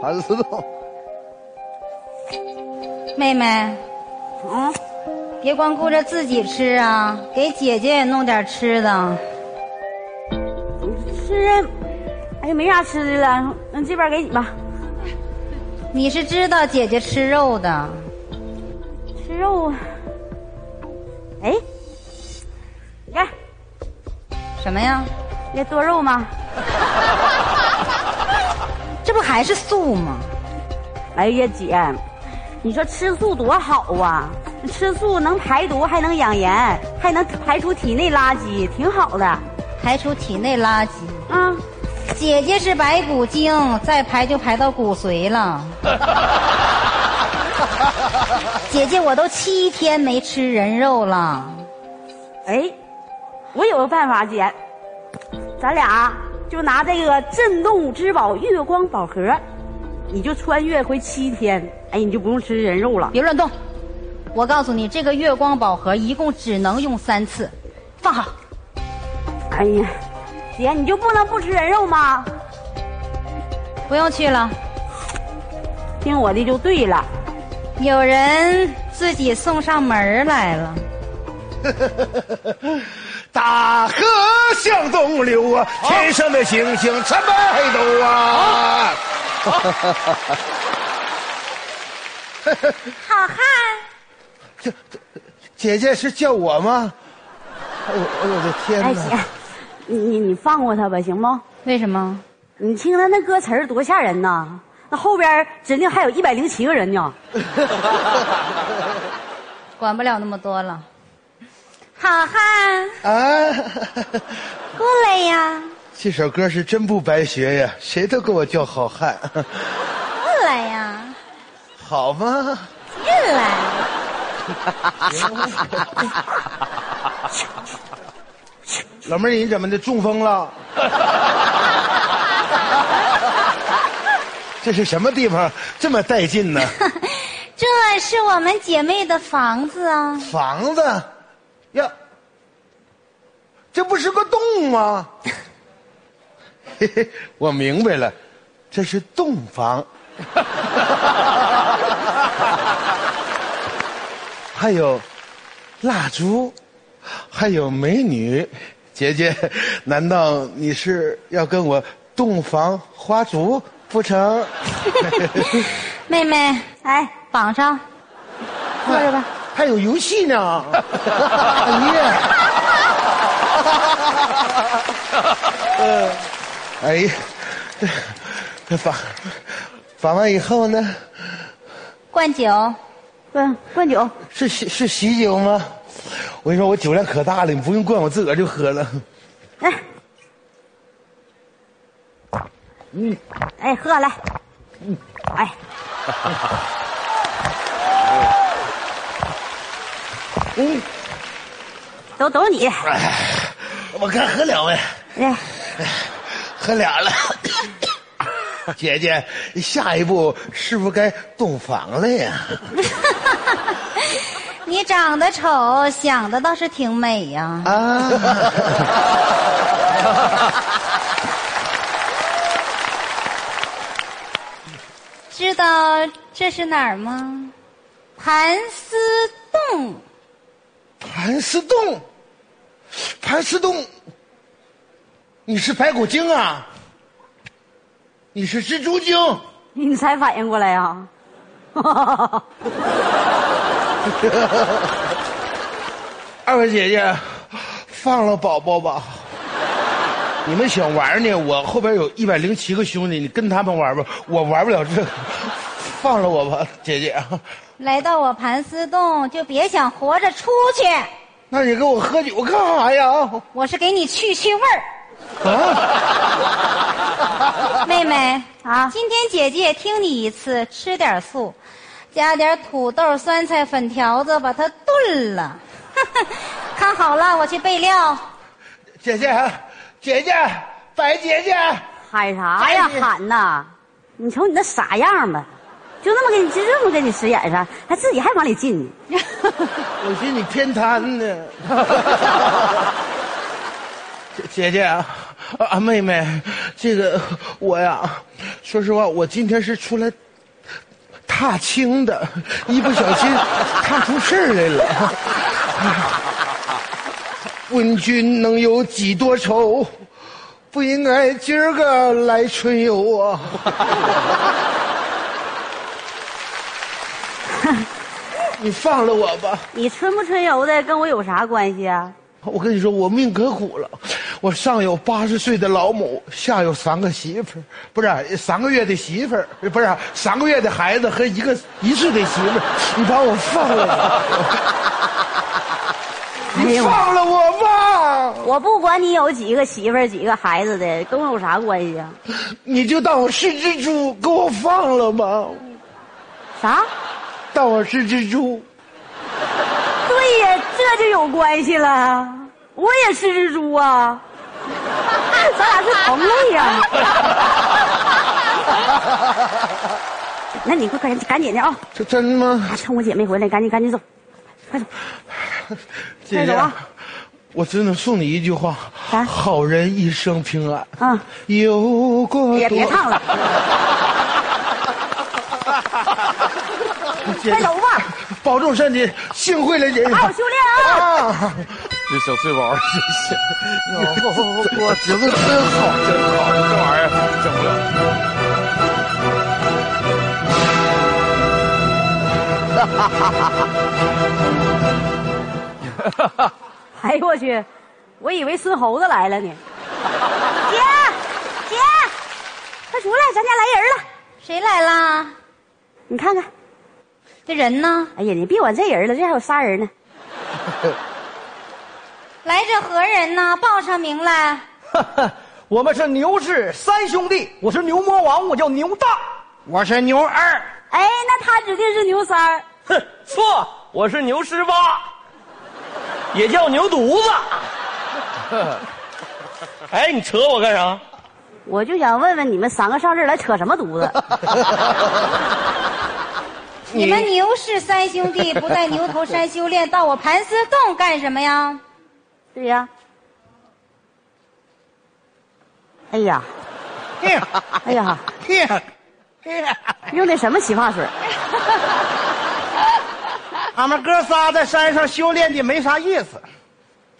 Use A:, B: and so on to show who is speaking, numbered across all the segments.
A: 盘丝洞，
B: 妹妹，
C: 嗯，
B: 别光顾着自己吃啊，给姐姐也弄点吃的。
C: 吃，哎呀，没啥吃的了，那这边给你吧。
B: 你是知道姐姐吃肉的，
C: 吃肉。哎，你看，
B: 什么呀？
C: 这多肉吗？
B: 这不还是素吗？
C: 哎呀，姐，你说吃素多好啊！吃素能排毒，还能养颜，还能排出体内垃圾，挺好的。
B: 排出体内垃圾。
C: 啊，
B: 姐姐是白骨精，再排就排到骨髓了。 姐姐，我都七天没吃人肉了。
C: 哎，我有个办法，姐，咱俩啊就拿这个震动之宝月光宝盒，你就穿越回七天，哎，你就不用吃人肉了。
B: 别乱动！我告诉你，这个月光宝盒一共只能用三次，放好。
C: 哎呀，姐，你就不能不吃人肉吗？
B: 不用去了，
C: 听我的就对了。
B: 有人自己送上门来了。
D: 大河向东流啊，天上的星星参北斗啊。
C: 好汉，
D: 这这姐姐是叫我吗？哎呦，哎呦我的
C: 哎
B: 嗯
D: 天
C: 姐
D: 哪！，
C: 你你你放过他吧，行不？
B: 为什么？
C: 你听他那歌词儿多吓人呐！那后边儿指定还有一百零七个人呢。
B: 管不了那么多了。好汉，
D: 啊，
B: 过来呀，
D: 这首歌是真不白学呀，谁都给我叫好汉，
B: 过来呀，
D: 好吗？
B: 进来。
D: 老妹儿，你怎么的中风了？这是什么地方这么带劲呢？
B: 这是我们姐妹的房子啊！
D: 房子，呀，这不是个洞吗？嘿嘿， 我明白了，这是洞房。还有蜡烛，还有美女，姐姐，难道你是要跟我洞房花烛不成？
B: 妹妹，
C: 哎，
B: 绑上，
D: 坐着吧。还有游戏呢， 哎呀，呃，哎呀，这绑绑完以后呢，
B: 灌酒，
C: 灌嗯灌酒，
D: 是喜是喜酒吗？我跟你说，我酒量可大了，你不用灌，我自个儿就喝了。
C: 来，嗯，哎，喝来，嗯，哎，嗯，都都是你，
D: 哎我看喝了呗，
C: 哎，
D: 喝俩了。姐姐，下一步是不是该洞房了呀？
B: 你长得丑，想的倒是挺美呀、
D: 啊，
B: 知道这是哪儿吗？盘丝洞。
D: 盘丝洞，盘丝洞，你是白骨精啊？你是蜘蛛精？
C: 你才反应过来啊？
D: 二位姐姐，放了宝宝吧。你们想玩呢？我后边有一百零七个兄弟，你跟他们玩吧，我玩不了这个，放了我吧，姐姐。
B: 来到我盘丝洞，就别想活着出去。
D: 那你给我喝酒干啥呀？
B: 我是给你去去味儿，
D: 啊，
B: 妹妹
C: 啊
B: 今天姐姐也听你一次，吃点素，加点土豆、酸菜、粉条子，把它炖了。 看好了，我去备料。
D: 姐姐，姐姐，白姐姐，
C: 喊啥呀
D: 哎
C: 喊呐？你瞅你那傻样吧，就那么给你就这么给你使眼色，还自己还往里进呢。
D: 我寻思你偏瘫呢。姐姐啊，啊，妹妹，这个我呀，说实话，我今天是出来踏青的，一不小心踏出事儿来了。问君能有几多愁？不应该今儿个来春游啊！你放了我吧。
C: 你春不春游的跟我有啥关系啊？
D: 我跟你说，我命可苦了，我上有八十岁的老母，下有三个媳妇儿，不是三个月的媳妇儿，不是三个月的孩子和一个一岁的媳妇儿，你把我放了 吧，
C: 哎
D: 你
C: 呦
D: 放了我吧，
C: 我不管你有几个媳妇儿、几个孩子的，跟我有啥关系啊？
D: 你就当我是只猪，给我放了吧，
C: 啥？
D: 当我是只猪，
C: 对呀，这就有关系了。我也是蜘蛛啊，咱俩是同类呀、那你快赶紧赶紧的啊、啊
D: 这真吗？
C: 趁我姐没回来，赶紧赶紧走，快走。
D: 姐
C: 那
D: 姐
C: 个啊，
D: 我只能送你一句话：
C: 啥
D: 好人一生平安。
C: 嗯，
D: 有过
C: 哎也别
D: 多
C: 唱了，
D: 姐
C: 快
D: 姐
C: 走吧，
D: 保重身体，幸会了，姐姐。
C: 好好修炼啊！
D: 啊，
A: 这小翠宝，这
D: 有
A: 我节奏真好， 真好，这 玩意儿整不了。
C: 哎呦我去，我以为孙猴子来了呢。姐，姐，快出来，咱家来人了，
B: 谁来啦？
C: 你看看。
B: 这人呢？
C: 哎呀，你别管这人了，这还有仨人呢。
B: 来者何人呢？报上名来。
E: 我们是牛氏三兄弟，我是牛魔王，我叫牛大。
D: 我是牛二，
C: 哎，那他指定是牛三儿。
E: 哼，错，我是牛十八，也叫牛犊子。哎，你扯我干啥？
C: 我就想问问你们三个上这儿来扯什么犊 子？
B: 你们牛氏三兄弟不在牛头山修炼，到我盘丝洞干什么呀？
C: 对呀、哎呀，哎 呀，用的什么洗发水？
E: 俺们哥仨在山上修炼的没啥意思，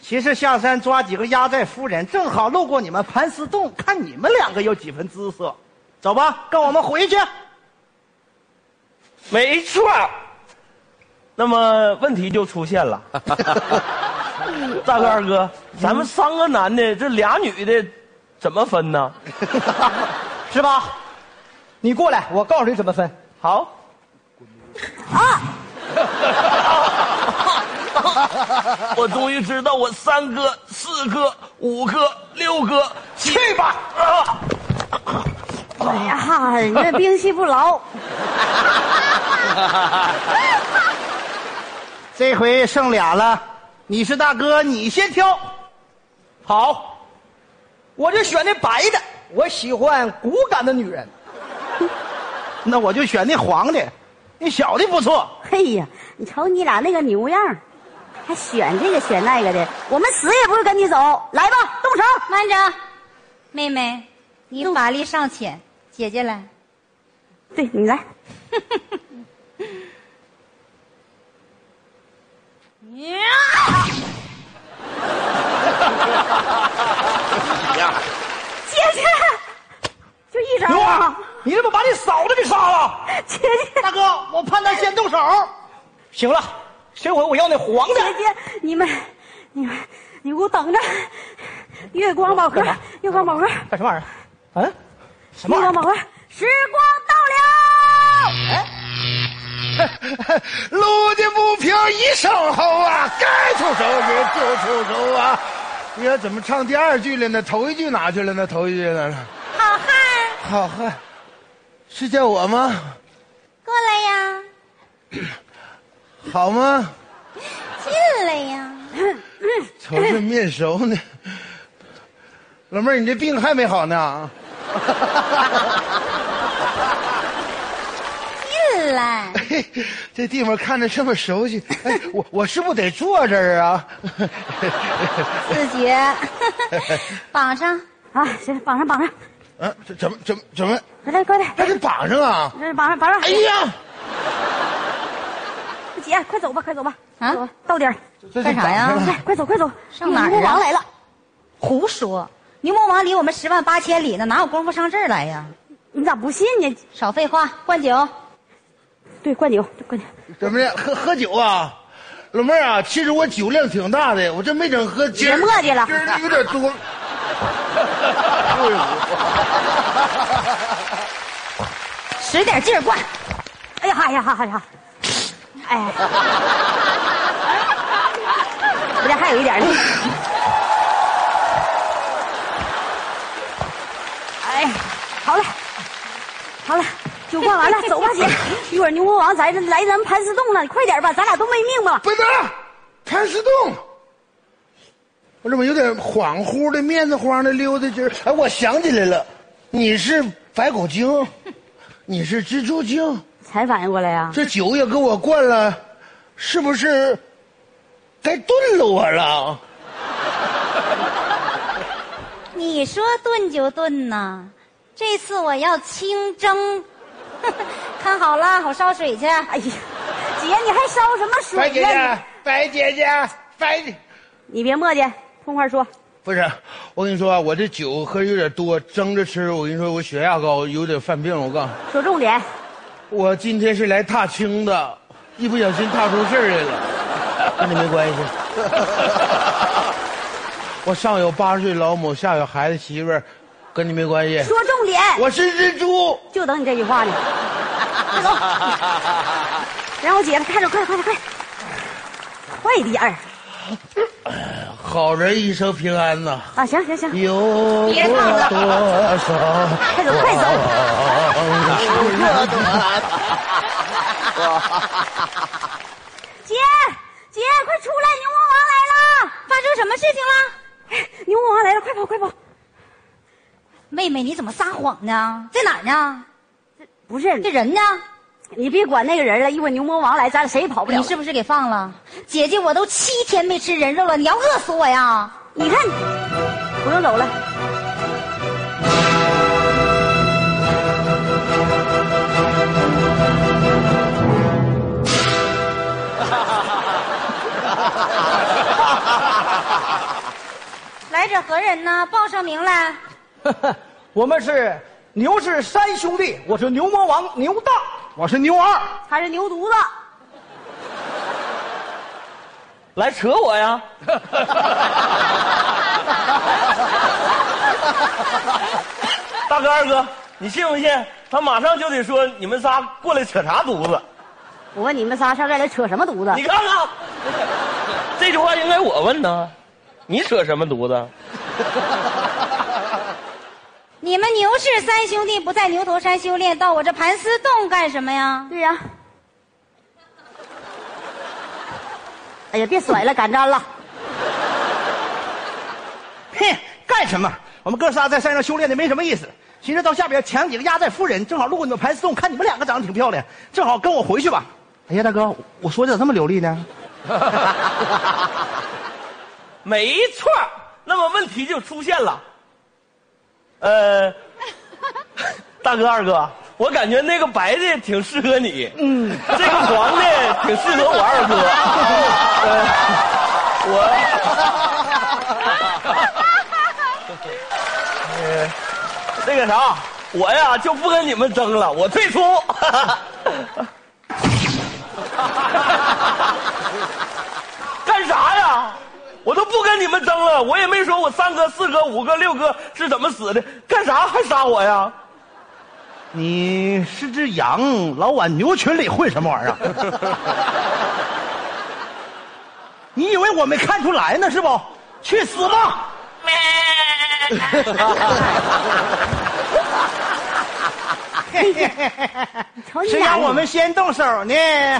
E: 其实下山抓几个压寨夫人，正好路过你们盘丝洞，看你们两个有几分姿色。走吧，跟我们回去。
F: 没错儿。那么问题就出 现了，大哥二哥，咱们三个男的，这俩女的怎么分呢？
E: 十八，你过来，我告诉你怎么分。
F: 好，啊， 我终于知道我三哥、四哥、五哥、六哥， 去吧！啊，
C: 哎呀，你这兵器不牢，
E: 这回剩俩了，你是大哥，你先挑。
F: 好，
E: 我就选那白的，我喜欢骨感的女 人。那我就选那黄的，那小的不错。
C: 嘿呀，你瞅你俩那个牛样儿，还选这个选那个的，我们死也不会跟你走。来吧，动手！
B: 慢着，妹妹，你法力尚浅，姐姐来。
C: 对你来，姐姐，就一招啊！
E: 你怎么把你嫂子给杀了？
C: 姐姐，
E: 大哥，我判他先动手。行了，这回我要那黄
C: 姐姐，你们，你们，你给我等着！月光宝盒，月光宝盒，
E: 干什么玩意儿？嗯、
C: 月光宝盒，时光到了。
D: 路的不平一声吼啊，该出手也就出手啊。哎呀，怎么唱第二句了呢？头一句哪去了呢？头一句哪了？
B: 好汉，
D: 好汉，是叫我吗？
B: 过来呀，
D: 好吗？
B: 进来呀。
D: 瞅这面熟呢。老妹儿，你这病还没好呢？
B: 进来，
D: 嘿，哎这地方看着这么熟悉，哎，我我是不是得 坐这儿啊？
B: 四姐，绑上。
C: 啊，行，绑上绑上，
D: 嗯、这怎么怎么怎么
C: 快点快点，
D: 还给绑上啊？
C: 这绑上绑上，
D: 哎呀，
C: 姐，快走吧快走吧，
B: 啊
C: 走吧，到点儿，
D: 这
B: 干啥呀
D: 绑上了
C: 啊快快走快走，
B: 上哪儿啊
C: 牛魔王来了，
B: 胡说！牛魔王离我们十万八千里呢，哪有功夫上这儿来呀？
C: 你咋不信呢？
B: 少废话，灌酒。
C: 对，灌酒灌酒，
D: 怎么的？喝喝酒啊？老妹儿啊，其实我酒量挺大的，我真没整喝，今
C: 别
D: 儿
C: 墨迹了
D: 今，儿有点多。
B: 使点劲儿灌，
C: 哎呀哈哎呀哈哎呀哈，哎，我这还有一点呢，哎，好嘞，好嘞，酒灌 完了，走吧姐，一会儿牛魔王咱来咱们盘丝洞了，你快点吧，咱俩都没命了。
D: 不能，潘石洞。我怎么有点恍惚的、面子慌的溜达劲儿？哎，我想起来了，你是白骨精，你是蜘蛛精，
C: 才反应过来呀、
D: 这酒也给我灌了，是不是该炖了我了？
B: 你说炖就炖呐，这次我要清蒸。 看好了，我烧水去。
C: 哎呀，姐，你还烧什么水
D: 白
C: 呀？
D: 姐姐，白姐姐，白姐。
C: 你别墨迹，痛快说。
D: 不是，我跟你说啊，我这酒喝有点多，蒸着吃。我跟你说，我血压高，有点犯病。我告诉你，
C: 说重点，
D: 我今天是来踏青的，一不小心踏出事儿来了，跟你没关系。我上有八十岁老母，下有孩子媳妇儿，跟你没关系。
C: 说重点，
D: 我是蜘蛛，
C: 就等你这句话 呢。快走，然后姐，看着，快点，快点，快点，快点儿
D: 好人一生平安呐。
C: 啊！行行行，
D: 有多
B: 别唱了
D: 少光
C: 快走快走， 姐姐，快出来，牛魔王来了！
B: 发生什么事情了？
C: 牛魔王来了， 快跑快跑！
B: 妹妹，你怎么撒谎呢？在哪儿呢？
C: 不是
B: 这，人呢？
C: 你别管那个人了，一会儿牛魔王来，咱俩谁也跑不了
B: 你
C: 了。
B: 是不是给放了？姐姐，我都七天没吃人肉了，你要饿死我呀！
C: 你看，不用走了。
B: 来者何人呢？报上名来。
E: 我们是牛氏三兄弟，我是牛魔王牛大，我是牛二。
C: 他是牛犊子，
F: 来扯我呀！ 大哥二哥，你信不信？他马上就得说你们仨过来扯啥犊子？
C: 我问你们仨上这来扯什么犊子
F: 你？看看，这句话应该我问呢，你扯什么犊子？
B: 你们牛氏三兄弟不在牛头山修炼，到我这盘丝洞干什么呀？
C: 对呀、哎呀，别甩了，赶 粘了。
E: 嘿，干什么？我们哥仨在山上修炼的没什么意思，寻思到下边抢几个压寨夫人，正好路过你们盘丝洞，看你们两个长得挺漂亮，正好跟我回去吧。哎呀，大哥，我说的咋这么流利呢？
F: 没错儿。那么问题就出现了， 呃，大哥二哥，我感觉那个白的挺适合你，嗯，这个黄的挺适合我二哥。 呃、 我，呃，那个啥，我呀就不跟你们争了，我退出。干啥呀？我都不跟你们争了，我也没说我三哥、四哥、五哥、六哥是怎么死的，干啥还杀我呀？
E: 你是只羊，老往牛群里混什么玩意儿啊？ 你以为我没看出来呢是不？去死吧！
C: 瞅你
E: 是
C: 俩
E: 让
C: 人
E: 我们先动手呢，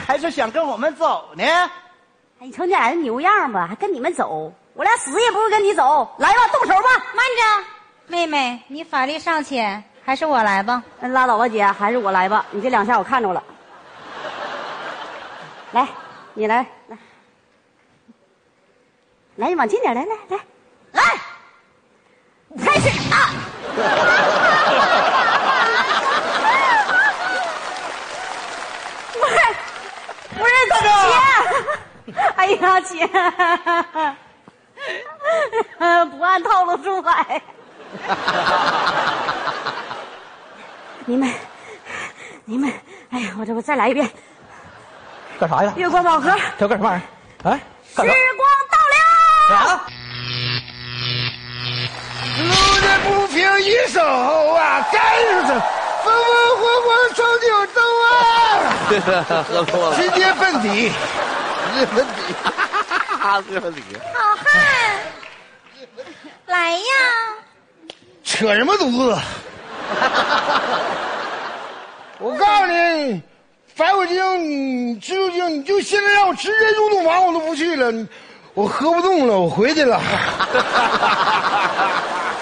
E: 还是想跟我们走呢？
C: 哎，你瞅你俩人牛样吧，还跟你们走，我俩死也不会跟你走。来吧，动手吧。
B: 慢着，妹妹，你法力尚浅，还是我来吧。
C: 那拉倒吧，姐，还是我来吧。你这两下我看着了。来，你来，来，来，你往近点，来来来，来，
B: 开始啊！不是，不是，姐，
C: 哎呀，姐，不按套路出牌。你们，你们，哎呀，我这我再来一遍
F: 干啥呀？
C: 《月光宝盒》，
F: 这干什么玩意儿？哎，
C: 时
F: 干啥？
C: 光倒流。
F: 啊！
D: 路见不平一声吼啊，该日子风风火火闯九州啊，
A: 喝 多了，
D: 直接奔底。
A: 日本底，哈日本底，
B: 好汉，来呀！
D: 扯什么犊
E: 啊
D: 子！ 我告诉你，白骨精、你蜘蛛精，你就现在让我直接入洞房，我都不去了，你我喝不动了，我回去了。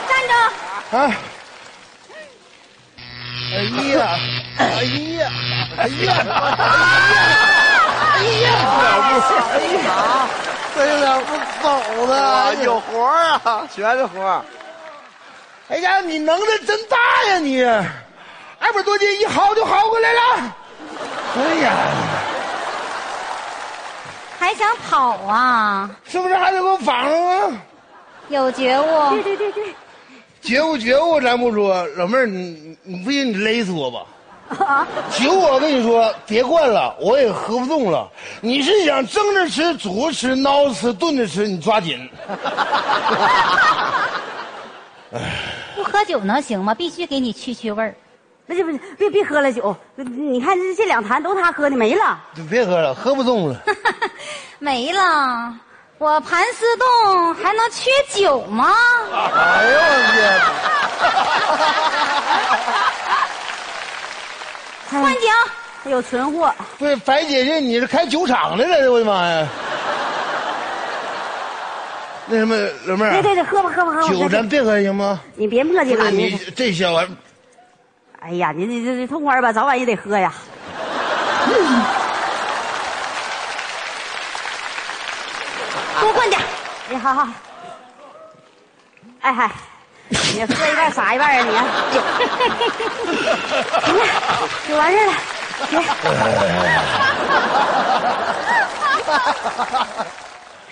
B: 站着，
D: 啊！哎呀，哎呀，哎呀，哎呀，了不起！
A: 这两不走的，有活儿啊，全是活儿。
D: 哎呀，你能耐真大呀你！二百多斤一薅就薅回来了。哎呀，
B: 还想跑啊？
D: 是不是还得给我绑上啊？
B: 有觉悟
C: 对，对对对，
D: 觉悟觉悟，咱不说，老妹儿，你你不行，你勒死我 吧！觉悟，我跟你说，别灌了，我也喝不动了。你是想蒸着吃、煮着吃、孬着吃、炖着吃，你抓紧。
B: 不喝酒能行吗？必须给你去去味儿。
C: 那就不别别喝了酒，你看这这两坛都他喝的没了。
D: 别喝了，喝不动了。
B: 没了，我盘丝洞还能缺酒吗？
D: 哎呦我
B: 换
C: 哎
B: 景，
C: 还有存货，
D: 天！不是白姐姐，你是开酒厂的了？我的妈呀！那什么，老妹
C: 对对
D: 儿，啊
C: 对，喝吧喝吧喝吧。
D: 哎酒咱别喝行吗？
C: 你别墨迹
D: 不
C: 了，
D: 是你
C: 你
D: 这小玩意儿
C: 哎呀，你你这这痛快吧，早晚也得喝呀。
B: 多灌点儿。
C: 哎，好好。哎嗨，你喝一半撒一半啊你啊！行了，就完事儿了。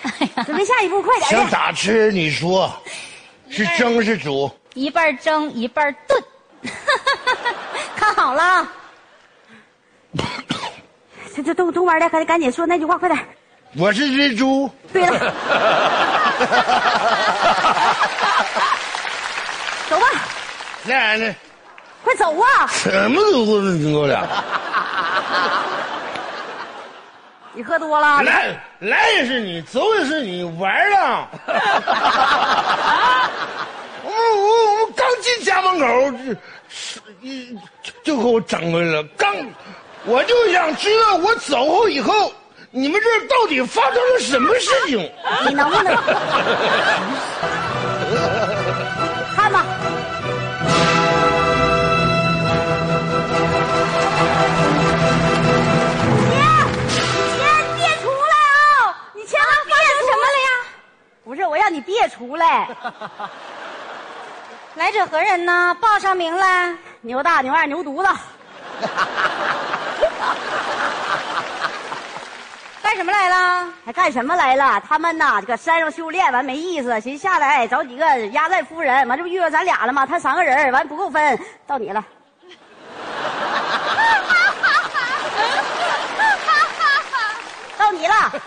B: 哎呀，
C: 准备下一步，快点
D: 想
C: 去。
D: 咋吃？你说，是蒸是煮？
B: 一半蒸一半炖， 看好了，
C: 这这都都玩的，赶赶紧说那句话，快点。
D: 我是只猪。
C: 对了，走吧，
D: 那啥呢？
C: 快走啊！
D: 什么犊子？你给我俩
C: 你喝多了，
D: 来来也是你，走也是你，玩儿了。我们我我们刚进家门口，这一就给我整过来了。刚，我就想知道我走后以后，你们这儿到底发生了什么事情？
C: 你能不能？看吧，哎
B: 先别出来啊！
C: 你前面发生什么了呀？不是，我让你别出来。
B: 来者何人呢？报上名来。
C: 牛大、牛二、牛犊子，
B: 干什么来了？
C: 还干什么来了？他们呐，这个山上修炼完没意思，寻思下来找几个压寨夫人，完这不遇到咱俩了吗？他三个人，完不够分，到你了。到你了，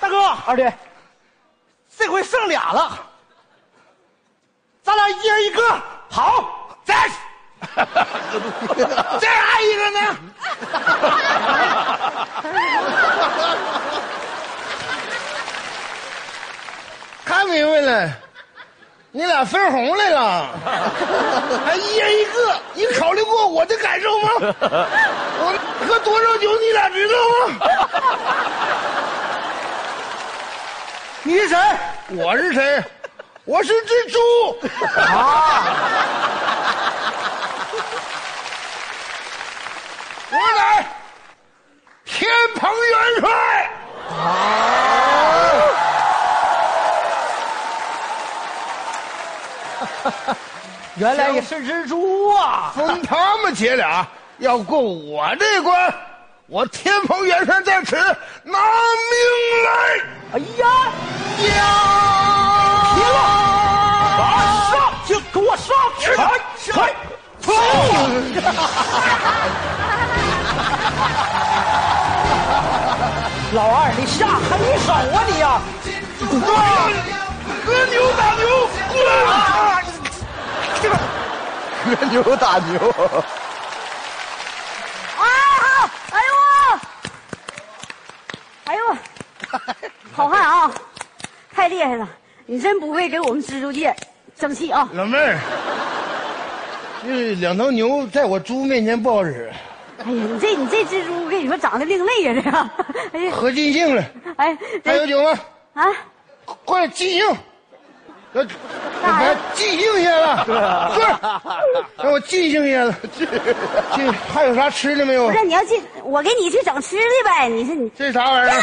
E: 大哥，二弟，这回剩俩了，咱俩一人一个，好，再
D: 再来一个呢？ 看明白了，你俩分红来了， 还一人一个，你考虑过我的感受 吗？我喝多少酒你俩知道吗？
E: 你是谁？
D: 我是谁？啊我是只猪。我是哪儿？天蓬元帅。
E: 原来也是蜘蛛啊！
D: 分他们姐俩要过我这关，我天蓬元帅在此拿命来。
E: 哎呀！
D: 呀！
E: 别了，啊，上去，给我上去！来，
D: 哎走！
E: 老二，你下狠手啊你呀、
D: 和牛打牛，滚！
A: 和牛打牛，
C: 啊！好，哎呦，哎呦，好汉啊，太厉害了！你真不会给我们蜘蛛界争气啊！
D: 老妹儿，这两头牛在我猪面前不好使，
C: 哎呀，你这你这蜘蛛，我跟你说长得另类呀、这个，
D: 喝尽兴了。
C: 哎呀，
D: 还有
C: 哎，
D: 酒吗？
C: 啊，
D: 快尽兴！呃，
C: 干啥
D: 来
C: 呀
D: 尽兴些了，不是，让我尽兴些了。这还有啥吃的没有
C: 不？是你要进，我给你去整吃的呗，你是你啊
D: 这啥玩意儿？